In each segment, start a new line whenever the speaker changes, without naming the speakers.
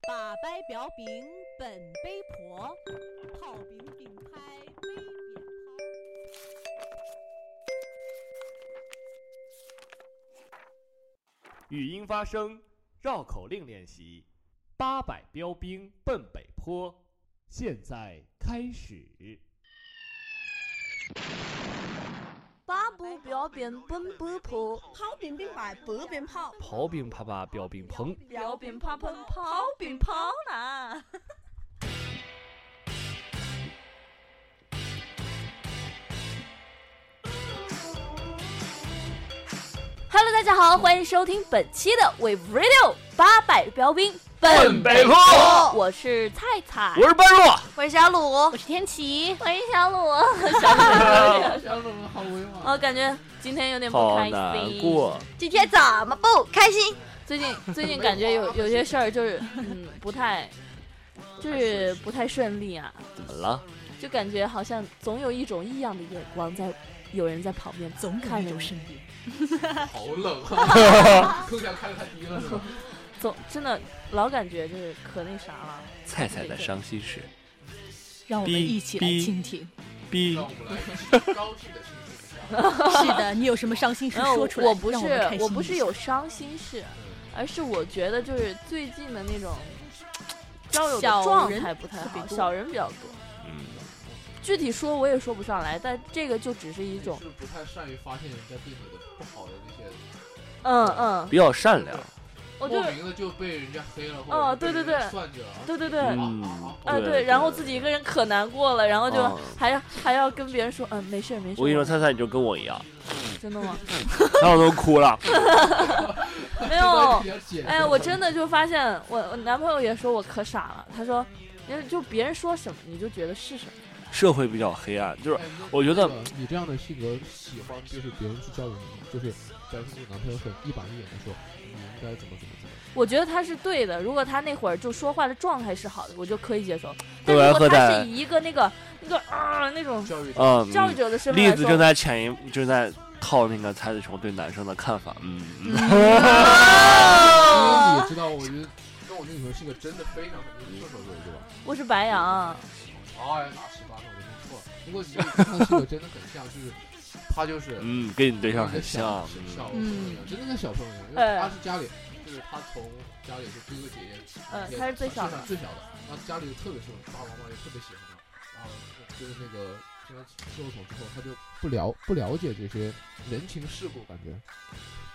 大摆标兵奔北坡，炮兵并排北边跑。
语音发声，绕口令练习。八百标兵奔北坡，现在开始。
八步标兵奔北坡，
跑兵兵快，北边跑。
炮兵啪啪，标兵 砰。
标兵跑奔跑兵跑啦！Hello，大家好，欢迎收听本期的 Wave Radio 八百标兵
奔北坡
我是菜菜，
是般 若，
我是小鲁，我是天琪，我是小鲁，小鲁，
小鲁好委婉。
我哦感觉今天有点不
好
开心，
难过。
今天怎么不开心？
最近最近感觉有有些事儿就是嗯不太，就是不太顺利啊，
怎么了？
就感觉好像总有一种异样的眼光在，有人在旁边总看着你，
好冷啊！空调开的太低了是吧？
总真的老感觉就是可那啥 了。
菜菜的伤心事，
让我们一起来倾听。
逼
让我们来一起高质的倾听一下。
是的，你有什么伤心事
没有，
说出来，
我不是
让我们开心一下
不是有伤心事，而是我觉得就是最近的那种交友的
小
状
人
态不太
特别
好，
多
小人比较多。
嗯，
具体说我也说不上来，但这个就只是一种
是不太善于发现人家对你的不好的那些，
嗯嗯，
比较善良，
我就
莫名的就被人家黑了，或者
哦
是被
对对
人家
对
算计了。
对对对。
嗯
啊啊
啊，
对
对，然后自己一个人可难过了，然后就
哦
还要还要跟别人说，嗯，没事儿没事儿。
我跟你说，菜菜你就跟我一样，
真的吗？
然后我都哭了。
没
啊
有
这，个比较简单
哎呀，我真的就发现，我我男朋友也说我可傻了，他说，就就别人说什么你就觉得是什么，
社会比较黑暗，就是
哎那
我觉得
那个你这样的性格喜欢就是别人去教育你，就是假如说你男朋友很一板一眼的说你应该怎么怎么怎么，
我觉得他是对的。如果他那会儿就说话的状态是好的，我就可以接受。但
对
如果
喝
他
彩
是以一个那个那个啊那种
教育
嗯，
教育者的身份
栗
来
子正
说，
在潜移正在套那个蔡子琼对男生的看法，嗯，
因为你
啊
也知道，我觉得跟我那女朋友性格真的非常像，你是射手座对吧？
我是白羊，
哎，打十八个我就弄错了。不过你这个看性格真的很像，就是他就是
嗯，跟你对象很像
像，小朋友一
嗯
样，真的跟小朋友一样，因
哎
为他是家里就是他从家里是哥哥姐姐，
呃
嗯
也
他是最小的
他最小的，然后家里就特别受爸爸妈妈也特别喜欢他，然后啊就是那个。现在受宠之后，他就不了不了解这些人情世故，感觉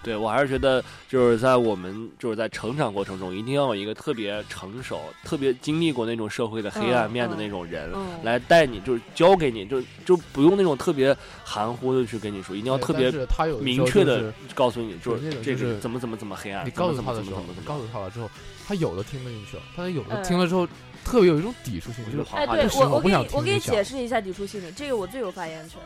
对我还是觉得就是在我们就是在成长过程中，一定要有一个特别成熟、特别经历过那种社会的黑暗面的那种人。
嗯，
来带你，就是教给你，就就不用那种特别含糊的去跟你说，一定要
对
特别
但是他有的时
明
候
确
就是
的告诉你，就是
对那种
这
就
个
是
怎么怎么怎么黑暗，
你告诉
怎
他
么
的
怎
时
么
候
怎么，怎
你
么
告诉他了之后，他有的听得进去了，但是有的
嗯
听了之后，特别有一种抵触性，
我
就
觉得
是
好
哎，
话
对
就
不
是
行
我，
我不
给
想
你，我
听
给
你
你
讲
解释一下抵触心理，这个我最有发言权。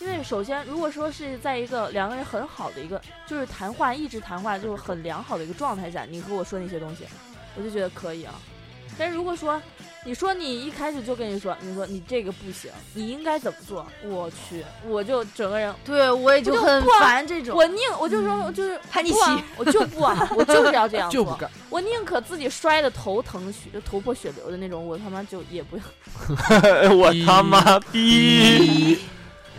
因为首先，如果说是在一个两个人很好的一个，就是谈话一直谈话就是很良好的一个状态下，你和我说那些东西，我就觉得可以啊。但如果说你说你一开始就跟你说，你说你这个不行，你应该怎么做，我去，我就整个人，
对我也
就
很
不啊
烦这种。
我宁我就说就是
嗯叛逆
不啊
期，
我就不啊，我就是要这样
就不
做，
干，
我宁可自己摔得头疼血头破血流的那种，我他妈就也不要。
我
一
他妈 逼！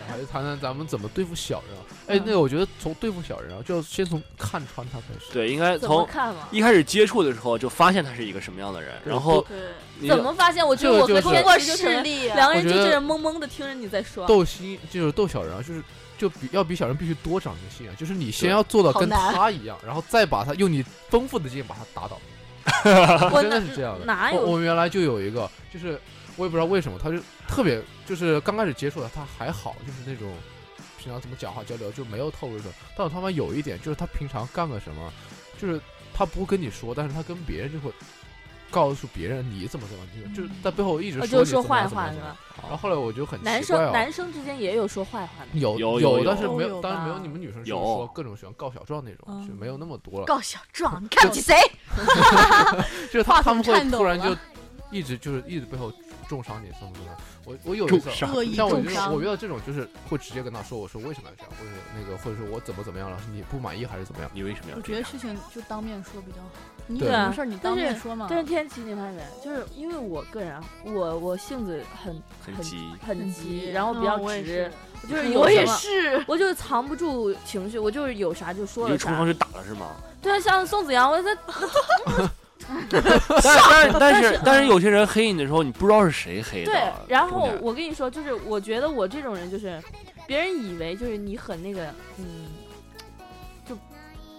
还是哎谈谈咱们怎么对付小人啊？哎，那个我觉得从对付小人啊，就要先从看穿他开始。
对，应该
怎么
呃从
看嘛？
一开始接触的时候就发现他是一个什么样的人，
对
然后
对，
你
怎么发现？我觉得我和
这个就是
天
通过
琪就
视
是
力 啊，
两个人
我
就
觉得
这样懵懵的听着你在说，
斗心就是斗小人啊，就是就比要比小人必须多长一些心啊，就是你先要做到
好
跟
难
他一样，然后再把他用你丰富的经验把他打倒。
啊我
真
哪
的是这样的。
哪
我
有啊
我们原来就有一个，就是我也不知道为什么，他就特别就是刚开始接触的他还好，就是那种平常怎么讲话交流就没有透露什么。但我他妈有一点就是他平常干个什么，就是他不跟你说，但是他跟别人就会告诉别人你怎么怎么，就就是在背后一直
呃
说
就
你
说
怎么
坏
样怎么
话
样
是
怎么样
吧？
然后后来我就很
男
奇怪
生
哦。
男生之间也有说坏话的，
有
有有
但是
有
没
有
有，当然没有
吧哦
你们女生
有
说各种喜欢告小状那种，就没有那么多了。
告小壮，你看不起谁？
就是他他们
话筒
会
颤抖
突然
了
就一直就是一直背后重伤你，怎么怎么样。我我有一次，
恶意
像我
重
遇到
伤
我遇，到这种就是会直接跟他说，我说为什么要这样，或者那个或者说我怎么怎么样了，你不满意还是怎么样？
你为什么要
我
这
觉得
样？
事情就当面说比较好。你有
对
什么事儿你当
但
面
是
说嘛。
但是天琪，你发现没？就是因为我个人啊，我我性子很
很急
很
很
急，
急嗯
然后比较直，就是有
我
什
也
么
是，
我就是藏不住情绪，我就是有啥就说
你就
了
冲上
啥。
去打了是吗？
对啊，像宋子阳，我在
但是但是但
但
是
是
但是有些人黑你的时候，你不知道是谁黑的。啊
对，然
重
后
点
我跟你说，就是我觉得我这种人就是，别人以为就是你很那个，嗯，就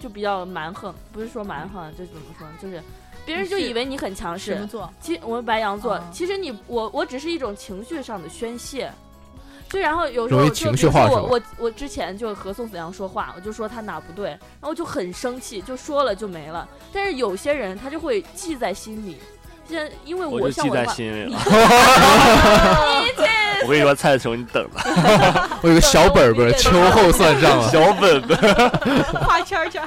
就比较蛮横，不是说蛮横，啊就是怎么说，就是别人
你
就是以为你很强
什么
势。
座？
其我们白羊座，
啊
其实你我我只是一种情绪上的宣泄。就然后有时
容
候
易
就
情
比
绪
如说
化是
我
吧
我我之前就和宋子阳说话，我就说他哪不对，然后我就很生气，就说了就没了。但是有些人他就会记在心里，现在因为
我
我
就
像
记
我
在
的话
心里
你
了。
你这
我跟你说，蔡雄，你等 着，
我有个小本本，秋后算账啊。
小本本。
画圈圈。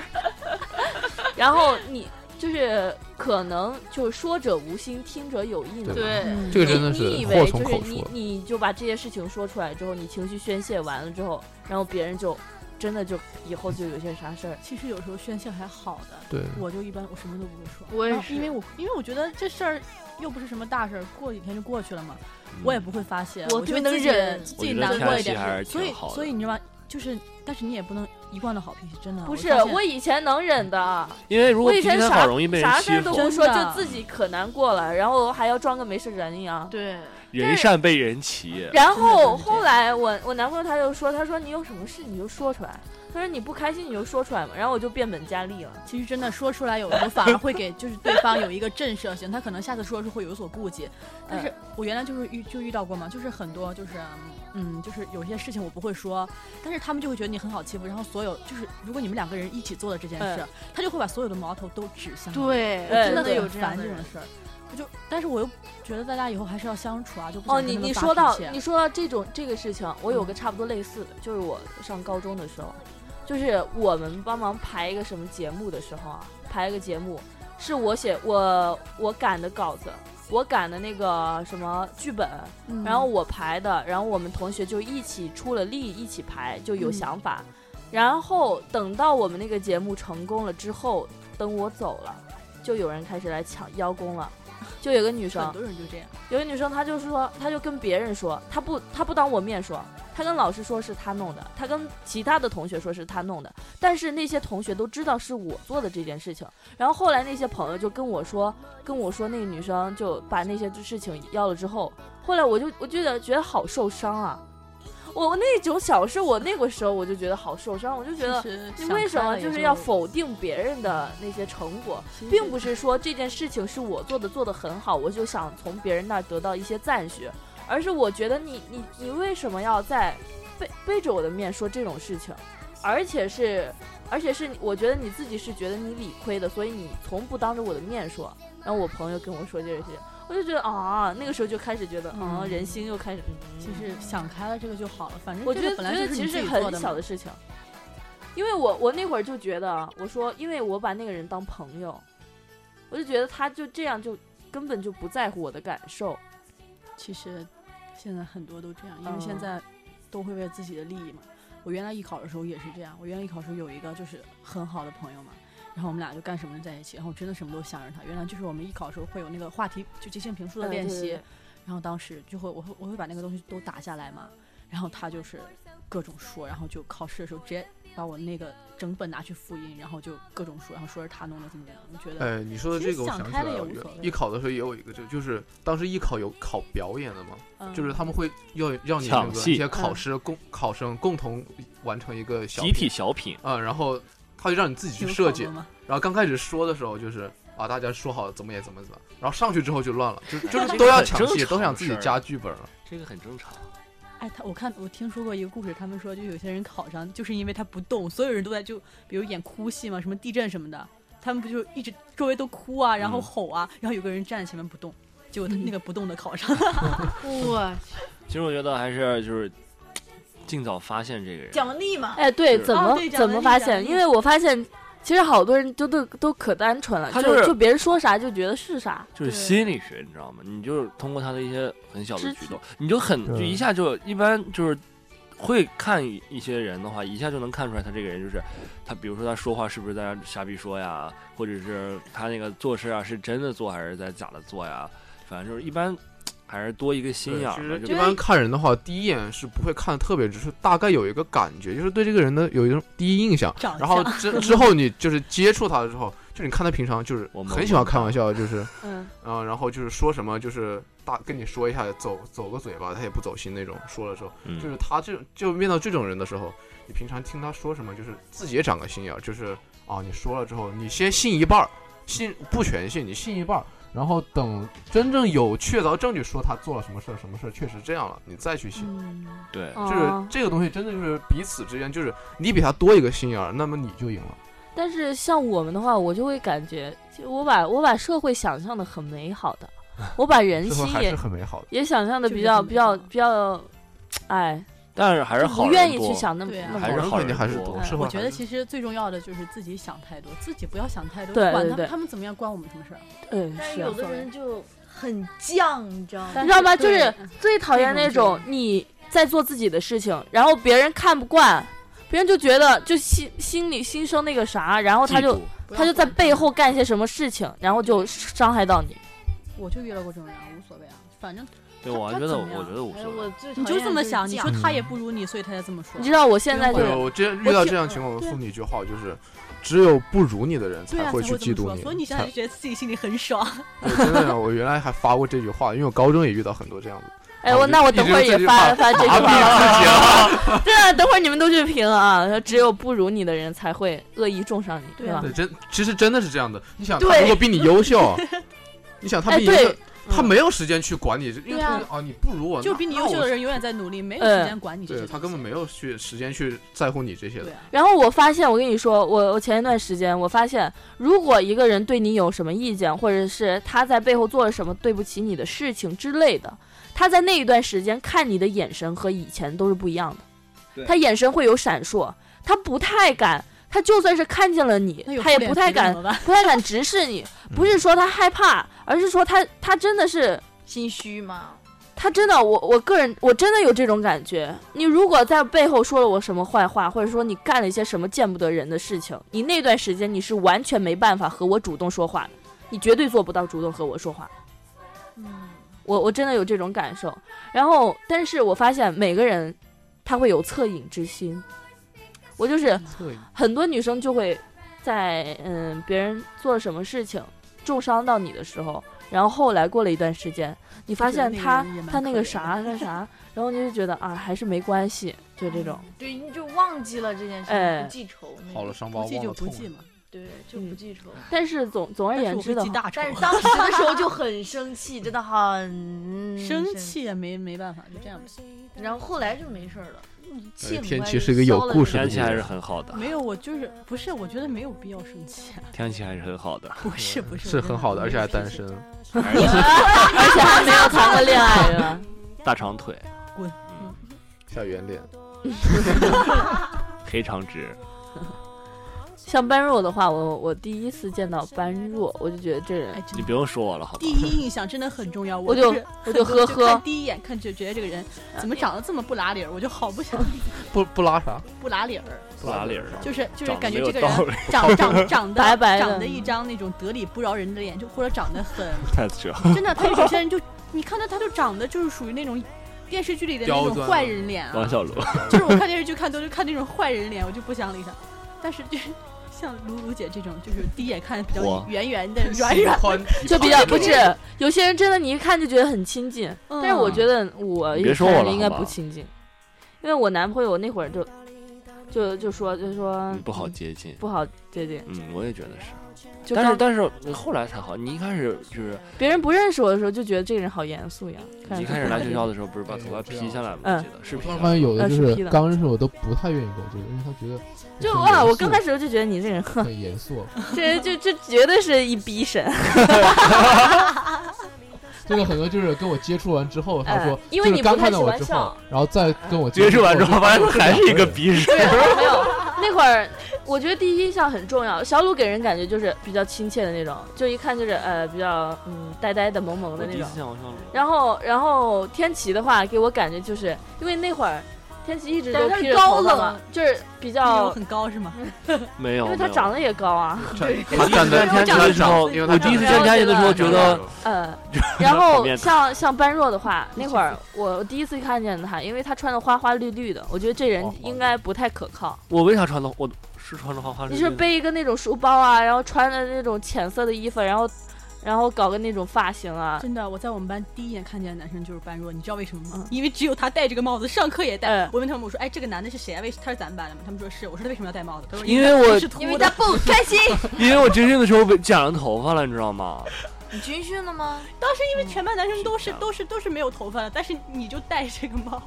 然后你就是可能就是说者无心，听者有意呢。
对
嗯
这个真的
你
是
以
祸
为就
从
是
口
你
出，
你就把这些事情说出来之后，你情绪宣泄完了之后，然后别人就真的就以后就有些啥事儿，
其实有时候宣泄还好的，
对，
我就一般我什么都不会说。
我也
然后
是
因为我因为我觉得这事儿又不是什么大事儿，过几天就过去了嘛，我也不会发泄，
我
我
特
就
别能
自己
忍
自
我
己
觉得
难
天
过一
气
点
还是。
所以
挺好的
所以你知道吗？就是，但是你也不能一贯的好脾气，真的啊
不是
发现
我以前能忍的，
因为如果
我以
脾
前
气
啥
好，容易被人
啥事
欺
儿都
负，
不说，
真的
就自己可难过了，然后还要装个没事人一样。
对，
人善被人欺。
然
真的
后
是
后来我我男朋友他就说，他说你有什么事你就说出来，他说你不开心你就说出来嘛，然后我就变本加厉了。
其实真的说出来，有时候反而会给就是对方有一个震慑性，他可能下次说是会有所顾忌。但是我原来就是遇就遇到过嘛，就是很多就是嗯，就是有些事情我不会说，但是他们就会觉得你很好欺负，然后所有就是如果你们两个人一起做的这件事，他就会把所有的矛头都指向你。
对，
哎
真的
嗯对
会
会
有这样
这
的
种
人。
事儿。我就，但是我又觉得大家以后还是要相处啊，就不
哦，
想跟
你
他们
你
发
说到
脾气啊嗯
你说到这种这个事情，我有个差不多类似的，就是我上高中的时候，就是我们帮忙排一个什么节目的时候啊，排一个节目是我写我我赶的稿子，我赶的那个什么剧本，
嗯
然后我排的，然后我们同学就一起出了力，一起排，就有
嗯
想法。然后等到我们那个节目成功了之后，等我走了，就有人开始来抢邀功了，就有个女生
很，多人就这样，
有个女生，她就是说，她就跟别人说，她不，她不当我面说，她跟老师说是她弄的，她跟其他的同学说是她弄的，但是那些同学都知道是我做的这件事情。然后后来那些朋友就跟我说，跟我说那个女生就把那些事情要了之后，后来我就我就觉得觉得好受伤啊，我那种小事，我那个时候我就觉得好受伤，我就觉得
得
你为什么就是要否定别人的那些成果？并不是说这件事情是我做的做的很好，我就想从别人那儿得到一些赞许，而是我觉得你你你为什么要在背背着我的面说这种事情，而且是而且是我觉得你自己是觉得你理亏的，所以你从不当着我的面说。然后我朋友跟我说这个事情，我就觉得啊，那个时候就开始觉得啊，
嗯
人心又开始，嗯
就是想开了这个就好了，反正
我
这个
觉得
本来
觉
就
得
是
其
你
实
自
是
己做
很
的
小
嘛
的事情，因为我我那会儿就觉得啊，我说因为我把那个人当朋友，我就觉得他就这样就根本就不在乎我的感受，
其实现在很多都这样，因为
嗯
现在都会为自己的利益嘛。我原来艺考的时候也是这样，我原来艺考的时候有一个就是很好的朋友嘛，然后我们俩就干什么都在一起，然后真的什么都想着他。原来就是我们艺考的时候会有那个话题就即兴评述的
嗯
练
对
习，
对对
然后当时就会我会我会把那个东西都打下来嘛，然后他就是各种说，然后就考试的时候直接把我那个整本拿去复印，然后就各种说，然后说是他弄的怎么怎么样，我觉得、
哎，你说的这个我
其实
想
想
起
开
来
了也
了
无所，谓
艺考的时候也有一个，就就是当时艺考有考表演的嘛，
嗯、
就是他们会要让你那
抢
个
戏
一些考师共考生共同完成一个小
集体小品，
啊，然后他就让你自己去
挺
设
好
计
的，嘛
然后刚开始说的时候就是啊，大家说好怎么也怎么怎么，然后上去之后就乱了，就就
哎这
是
个
都要
很
抢
正
戏，
常
都
的
想自己
事儿
加剧本了。
这个很正常。
哎，他我看我听说过一个故事，他们说就有些人考上，就是因为他不动，所有人都在就比如演哭戏嘛，什么地震什么的，他们不就一直周围都哭啊，然后
嗯
吼啊，然后有个人站在前面不动，结果他那个不动的考上了。
我
其实我觉得还是就是尽早发现这个人。
奖励嘛，
哎，对，
是
怎么、
哦对讲
怎
得
么
理
发
讲
现？
得
因
理
为我发现，其实好多人就都都可单纯了，
他
就
就是
就别人说啥就觉得是啥，
就是
对
心理学，你知道吗？你就是通过他的一些很小的
肢
举
体
动，你就很就
对
一下就一般就是会看一一些人的话，一下就能看出来他这个人就是他，比如说他说话是不是在那瞎逼说呀，或者是他那个做事啊是真的做还是在假的做呀，反正就是一般还是多一个心
对
眼
其
儿吧。
实
就
一般看人的话，第一眼是不会看的特别，只是大概有一个感觉，就是对这个人的有一种第一印象。
长
然后
相哎
之 之后你就是接触他的时候，就你看他平常就是
我
很喜欢开玩笑，就是
嗯，
嗯、然后就是说什么就是大跟你说一下，走走个嘴巴，他也不走心那种。说了之后，
嗯
就是他这种就面到这种人的时候，你平常听他说什么，就是自己也长个心眼儿，就是啊，你说了之后，你先信一半儿，信不全信，你信一半儿，然后等真正有确凿证据说他做了什么事儿，什么事儿确实这样了，你再去信。
对，
嗯
就是
嗯哦
这个东西真的就是彼此之间，就是你比他多一个心眼儿，那么你就赢了。
但是像我们的话，我就会感觉，就我把我把社会想象的很美好的，我把人
最后
心
还
也
是很美好的。
也想象的
就
比
是
较
很
比
美
较
好
比较，哎，
但是还
就
是好
不
人
愿意
多
去想那么
对啊
那么
还是
多
人
好
肯定还是
多
多
哎
社会
我
还
觉得
是
其实最重要的就是自己想太多，自己不要想太多，
对
管
对
他
对
们，他们怎么样管我们什么事儿？
嗯，
但是
是啊
有的人就很犟，你知道吗？
你知道吗？
但是
就是
对
最讨厌那
这种
种你在做自己的事情，然后别人看不惯，别人就觉得就心心里心生那个啥，然后他就
嫉妒
不要
他就在
管
背后干一些什么事情，然后就伤害到你。
我就遇到过这种人啊，无所谓啊，反正
对
他
我
他
觉得
怎么
我
样
觉得无
哎
所谓。
我最讨
你
厌
就这么
是
想，你
犟
说
嗯
他也不如你，所以他才这么说。
你知道我现在就
对
对，
是
我之前遇
我
到
听
这样情况，我
对
送你一句话，就是只有不如你的人
对
才
啊，
会
才
去
会
嫉
这么
妒
说。所
你。
以你现在就觉得自己心里很爽。
才 对真的，我原来还发过这句话，因为我高中也遇到很多这样的。
哎，
我
我
就
那我
哦一
等
直
会儿
这
也
句
发
话
发这句
麻
话，
痹自己了。
对啊，等会儿你们都去评啊，说只有不如你的人才会恶意中伤你，
对
对吧
啊？
对，真其实真的是这样的。你想，他
对
如果比你优秀，你想他
哎
比你优秀
对，
他
嗯
没有时间去管你，因为
对
他
啊
觉得哦你不如我，
就
那
比你
那
优秀
我呃
的人永远在努力，没有时间管你这些东
对
西。
他根本没有去时间去在乎你这些的
对。啊，
然后我发现，我跟你说，我我前一段时间我发现，如果一个人对你有什么意见，或者是他在背后做了什么对不起你的事情之类的，他在那一段时间看你的眼神和以前都是不一样的
对，
他眼神会有闪烁，他不太敢，他就算是看见了你
那，有
他也
脸
不太
皮的
敢
怎，么办？
不太敢直视你，不是说他害怕，而是说他他真的是。
心虚嘛。
他真的，我我个人我真的有这种感觉。你如果在背后说了我什么坏话，或者说你干了一些什么见不得人的事情，你那段时间你是完全没办法和我主动说话的，你绝对做不到主动和我说话。
嗯，
我我真的有这种感受。然后，但是我发现每个人他会有恻隐之心。我就是很多女生就会在嗯别人做了什么事情重伤到你的时候，然后后来过了一段时间，你发现他
我觉得那个人也蛮
他那
可
个
怜
啥那啥，然后你就觉得啊还是没关系，就这
嗯
种。
对，你就忘记了这件事，
哎嗯
不记仇那种。
好了，嗯伤疤
不
忘
记就
了
不
痛。
记嘛。
对，就不记仇。
但是总总而
但是
言
我
之
会
的
记
话，
大仇
但，是当时的时候就很生气，真 的很
嗯
生。气也没没办法，就这样吧。
然后后来就没事儿了。嗯气很
呃天
快
气
就是
一个有
消了
故
这
事的
天
人
气还是很好的，
没有，我就是不是，我觉得没有必要生气。啊
天气还是很好的。
不是不是，
是
我觉
很
得
好的，而且还
没有
单
必要
身。
还是
而且还没有谈过恋爱是吧？
大长腿，
滚
嗯，
下圆脸，
黑长直，
像般若的话，我我第一次见到般若，我就觉得这人
哎，真
你
的
不用说我了，好吧
第？一印象真的很重要。
我就是我就呵
就看
呵，
第一眼看就觉得这个人怎么长得这么不拉理儿，我就好不想
不不拉啥，
不拉理儿，
不拉理儿，
就是就是
长得
感
没
觉
有
这个
道
人
理，
长 长长得
白白的
长得一张那种得理不饶人的脸，就或者长得 很
太扯。
真的，他有些人就你看他他就长得就是属于那种电视剧里的那
刁
种
钻
坏人脸
王
啊，
小罗，
就是我看电视剧看多就看那种坏人脸，我就不想理他。但是就是 像卢卢姐这种，就是第一眼看比
我
较圆圆的、软软，
宽
就比较不是有些人真的你一看就觉得很亲近，
但
但是
嗯
我觉得我
你别说我了
应该
好吧
不亲近，因为我男朋友那会儿就就就说就说
你不好
嗯
接近。
不好接近，
嗯，我也觉得是，
就
但是
刚
但是后来才好。你一开始就是
别人不认识我的时候就觉得这个人好严肃呀。看嗯
你一
着
开始
就
来
不
学
好
校的时候，不是把头发披下来吗？我记得是
我
披
突
下
然
来
发现有的
呃
就是是
批的
刚认识我都不太愿意跟我接近，因为他觉得我
就
很
哇，
严
我
肃
刚开始就觉得你这人， 哼，
很严肃，啊
这人就这绝对是一逼神。
就是很多就是跟我接触完之后，他
哎
说，
因为
就是
你
刚
不太
看
喜
到我
欢
之
笑
后，，然后再跟我
接触完之后，发现
就
还
两
是一
个
个
人
鼻屎。
对，啊 没有。那会儿我觉得第一印象很重要。小鲁给人感觉就是比较亲切的那种，就一看就是呃比较嗯呆呆的萌萌
我
的那
第一
种
次。见王小罗，
然后，然后天琪的话给我感觉就是因为那会儿天琪一直
但
都
是他
披着
高
头发
冷
嘛，就是比较，
很高是吗？
没有，
因为他长得也高啊，
他站在
天
天
梯
台
的时候，
上，因为他
我第一次
站
见
在
天梯的时候觉得，
呃，
就
然
旁
后
边
像像般若的话，那会儿我第一次看见他，因为他穿的花花绿绿的，我觉得这人
花花绿
应该不太可靠。
我为啥穿的我是穿的花花绿
你
绿
是
的？
背一个那种书包啊，然后穿的那种浅色的衣服，然后然后搞个那种发型啊，
真的，我在我们班第一眼看见的男生就是般若，你知道为什么吗？
嗯
因为只有他戴这个帽子，上课也戴。
嗯
我问他们，我说：“哎，这个男的是谁啊？为他是咱们班的吗？”他们说是。我说他为什么要戴帽子？他说
因
为
为我
他是秃
因为他
的。
不开心。
因为我军训的时候被剪了头发了，你知道吗？
你军训了吗？
当时因为全班男生都是
嗯是
都是都是没有头发的，但是你就戴这个帽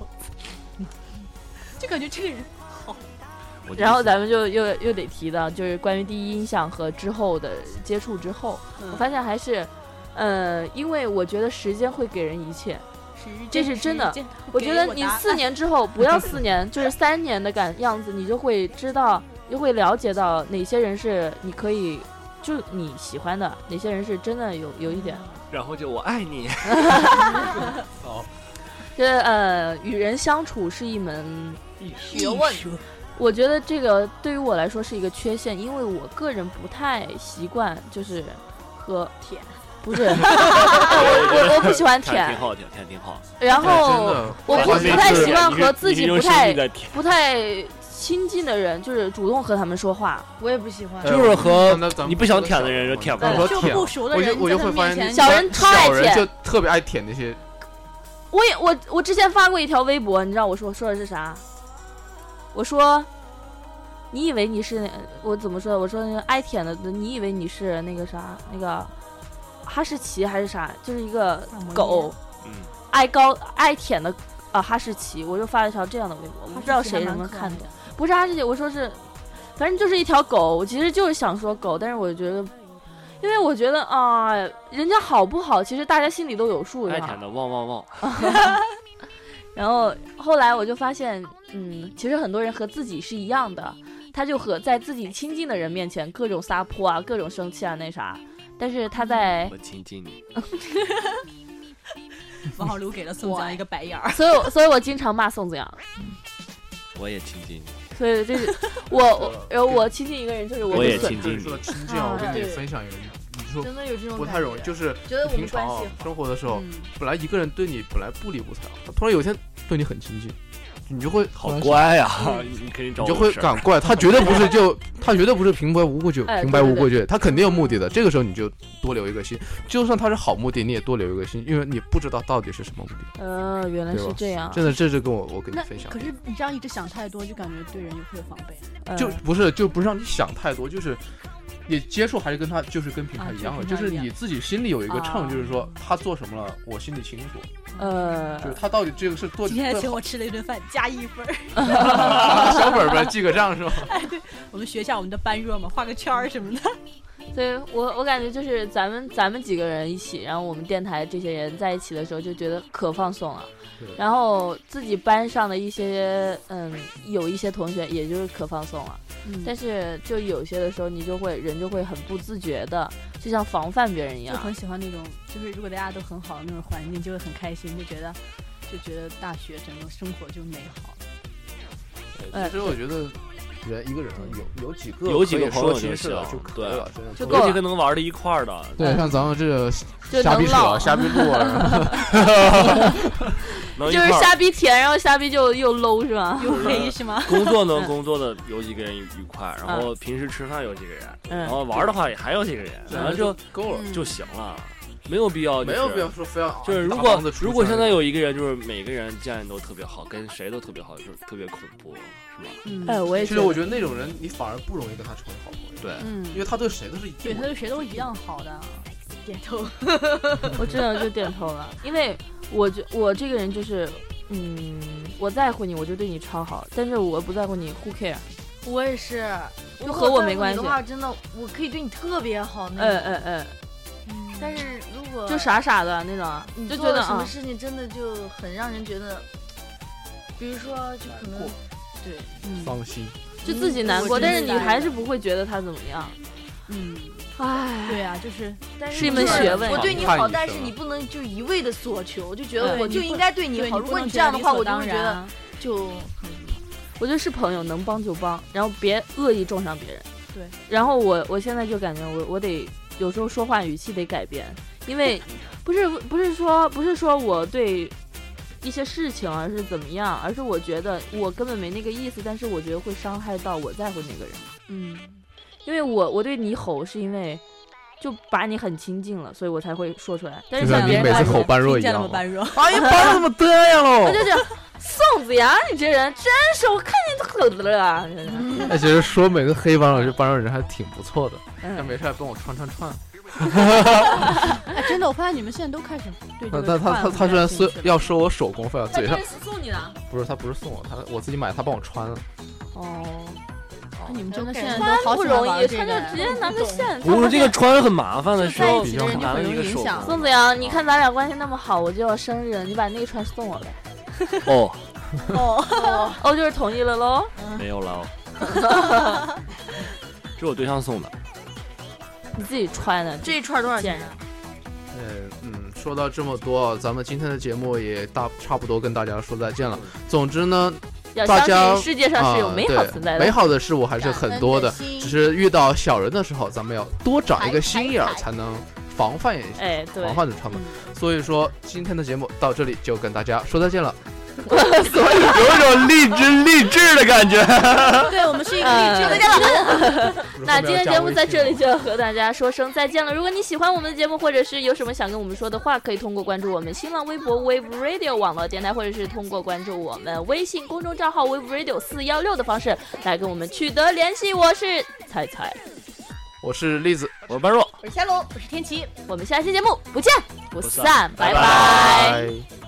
子， 就感觉这个人
我就
然后咱们就又又得提到，就是关于第一印象和之后的接触之后，我
嗯
发现还是，呃，因为我觉得时间会给人一切。
是一件
这是真的
一件
我觉得你四年之后，不要四年，就是三年的感样子，你就会知道，就会了解到哪些人是你可以。就是你喜欢的哪些人是真的有有一点，
然后就我爱你，
就是呃，与人相处是一门
学问
我觉得这个对于我来说是一个缺陷，因为我个人不太习惯，就是和
舔，
不是，我我我不喜欢
天
舔
挺，好，天挺好。
然
真
后
的，
哦我不
我
不太习惯
你是
和自己
你是
不
用
太
心在舔，
不太亲近的人，就是主动和他们说话。
我也不喜欢。
就是和
那咱们
你不想舔的人就舔不
咱
到
们说
就
舔
不熟的
我就
人
我就会
在他
发现
面前，
小人超爱
小人
舔
就特别爱舔那些，
我也我我之前发过一条微博，你知道我说说的是啥？我说，你以为你是我怎么说的？我说那个爱舔的，你以为你是那个啥那个哈士奇还是啥？就是一个
萨摩耶
狗，
嗯，
爱高爱舔的啊哈士奇，我就发了一条这样的微博，我不知道谁能看
的
见。。不是哈士奇，我说是，反正就是一条狗。我其实就是想说狗，但是我觉得，因为我觉得啊、人家好不好，其实大家心里都有数
爱
的
舔
嘛。
的旺旺旺。
然后后来我就发现，嗯，其实很多人和自己是一样的，他就和在自己亲近的人面前各种撒泼啊，各种生气啊，那啥。但是他在
嗯
我亲亲你，
王浩留给了宋子阳一个白眼儿。
所以我，所以我经常骂宋子阳。
我也亲亲你。
所以这 是我我然后我亲近一个人就是我
我
的
也
损
亲近
你
你
说亲近啊，我跟你分享一个，你说
真的有这种
不太容易，就是
觉得我
平
们关
常啊
系
生活的时候，
嗯，
本来一个人对你本来不理不睬，他突然有一天对你很亲近，你就会
好，乖呀，嗯你肯定找
你就
我有
会
事儿
赶怪，他绝对不是 就他绝对不是平白无故就
哎
平白无故
对
就，他肯定有目的的。这个时候你就多留一个心，就算他是好目的，你也多留一个心，因为你不知道到底是什么目的。
呃，原来
对
是
吧
这样。
真的，这是跟我我跟你
那
分享
哎可，是你这样一直想太多，就感觉对人有会有防备。
呃
就不是就不是让你想太多，就是。你接触还是跟他就是跟平常一样
啊
的，就
就是是跟他一样
你自己心里有一个秤，
啊
就是说他做什么了，我心里清楚，
呃
就是他到底这个是做
今天
做
请我吃了一顿饭，加一分儿。
好 小本本记个账是吧？
我们学一下我们的般若嘛，画个圈儿什么的。
对我，我感觉就是咱们咱们几个人一起，然后我们电台这些人在一起的时候，就觉得可放松了
对。
然后自己班上的一些，嗯，有一些同学也就是可放松了，但
但
是就有些的时候，你就会人就会很不自觉的，就像防范别人一
就很
样。
喜欢那种，就是如果大家都很好的那种环境，就会很开心，就觉得就觉得大学整个生活就美好。
哎
其实我觉得人一个人啊有有几个
有几
可
个
以
朋友
说心
就
事的
行啊
就可以了，真的
就够
尤
了
其跟能玩到一块儿的，
对，像咱们这个
就
瞎逼扯
能唠
啊、瞎逼录 啊，
能一
就
块
是
儿
瞎逼甜，然后瞎逼就又 low 是吗？
又黑是吗？
工作能
嗯
工作的有几个人愉快，然后平时吃饭有几个人，然
嗯，
后玩的话也还有几个人，
然
然
后
后
就
就
够了，
嗯
就行了，没有必要，
没有必要。说非要
就是如
大
果
方地出
如果
声
现在有一个人，就是每个人见都特别好，跟谁都特别好，就是特别恐怖，是吧？
嗯
哎，我也
其
觉
实
得
我觉得那种人你反而不容易跟他成为好朋友，
对，
嗯，
因为他对谁都是一
对，
样
他
的。
对谁都一样好的，点头。
我真的就点头了，因为我觉我这个人就是，嗯，我在乎你，我就对你超好，但是我不在乎你，who care？
我也是，
就和我没关系
如果在乎你的话，真的，我可以对你特别好那
嗯
种。
嗯嗯，
但是如果
就傻傻的那种，
嗯你
就
做
觉
了
得
什么
啊，
事情，真的就很让人觉得，比如说，就可能对，
嗯
放心，
就自己难
我
过，
真
但是
是
你
这样
还
的
是不会觉得他怎么样。
嗯，
唉，
对啊，就是
但是
是一门
就是
学问
我对你
看
好，
你
但
什
是
么
你不能就一味的索求，就觉得
对
我
你
就
不
应该对你
对
好。
你
如
不
果
能
你这
觉得
样的
理
话，
所
我就
当
会觉
然
得
啊
就很什么，
我觉得是朋友能帮就帮，然后别恶意重伤别人。
对。
然后我我现在就感觉我我得有时候说话语气得改变，因为不是不是说不是说我对一些事情而是怎么样，而是我觉得我根本没那个意思，但是我觉得会伤害到我在乎那个人。嗯，因为我我对你吼是因为。就把你很亲近了，所以我才会说出来。但是
就像
像
你
别人
每次
骂人
吼般若一
听见了
样
吗？
吗？
般若，
哎呀，般若怎么这样哦
我
喽？
就讲宋子阳，你这人真是，我看见都恶了啊！真是
哎，其实说每个黑帮老师帮人还挺不错的，那
嗯，
没事还帮我串串串。
哎，真的，我发现你们现在都开始对这
他
个
他
串
啊他他
不
他
太
虽然
兴
说
趣了
要收我手工费，啊
他
嘴上
这是送你的
不是他不是送我，他我自己买，他帮我穿了。
哦，
那你们
嗯
真的现在
穿
都好
不
喜欢
容
玩
易，
这
穿
个
就直接拿个线。
不是这个穿很麻烦的
就
时
在
候，
一起
的人就
拿了
很容
一
易
个
影
手
响
宋子阳，你看咱俩关系那么好，我就要生日，你把那个穿送我呗。
哦，
哦，
哦，哦，就是同意了喽。
没 有了哦，这是我对象送的，
你自己穿的，
这一串多少
贱
钱
人？
呃嗯，说到这么多，咱们今天的节目也大差不多跟大家说再见了。总之呢，
要
大家
相信世界上
啊，
是有美好
对
存在
美
的。
好的事物还是很多的
感，恩
只
心
是遇到小人的时候，咱们要多长一个
排
心
排
眼儿，
排
才能防范一下，
哎，对
防，范着他们。所以说，今天的节目到这里就跟大家说再见了。
有一种励志励志的感觉。
对我们是一个
呃
励志的
那今天节目在这里就要和大家说声再见了。如果你喜欢我们的节目，或者是有什么想跟我们说的话，可以通过关注我们新浪微博 Wave Radio 网络电台，或者是通过关注我们微信公众账号 Wave Radio 四幺六的方式来跟我们取得联系。我是彩彩，
我是栗子，
我是般若。
我是天龙，我是天琪。
我们下期节目不见不
不
散
散，
拜
拜拜。
拜。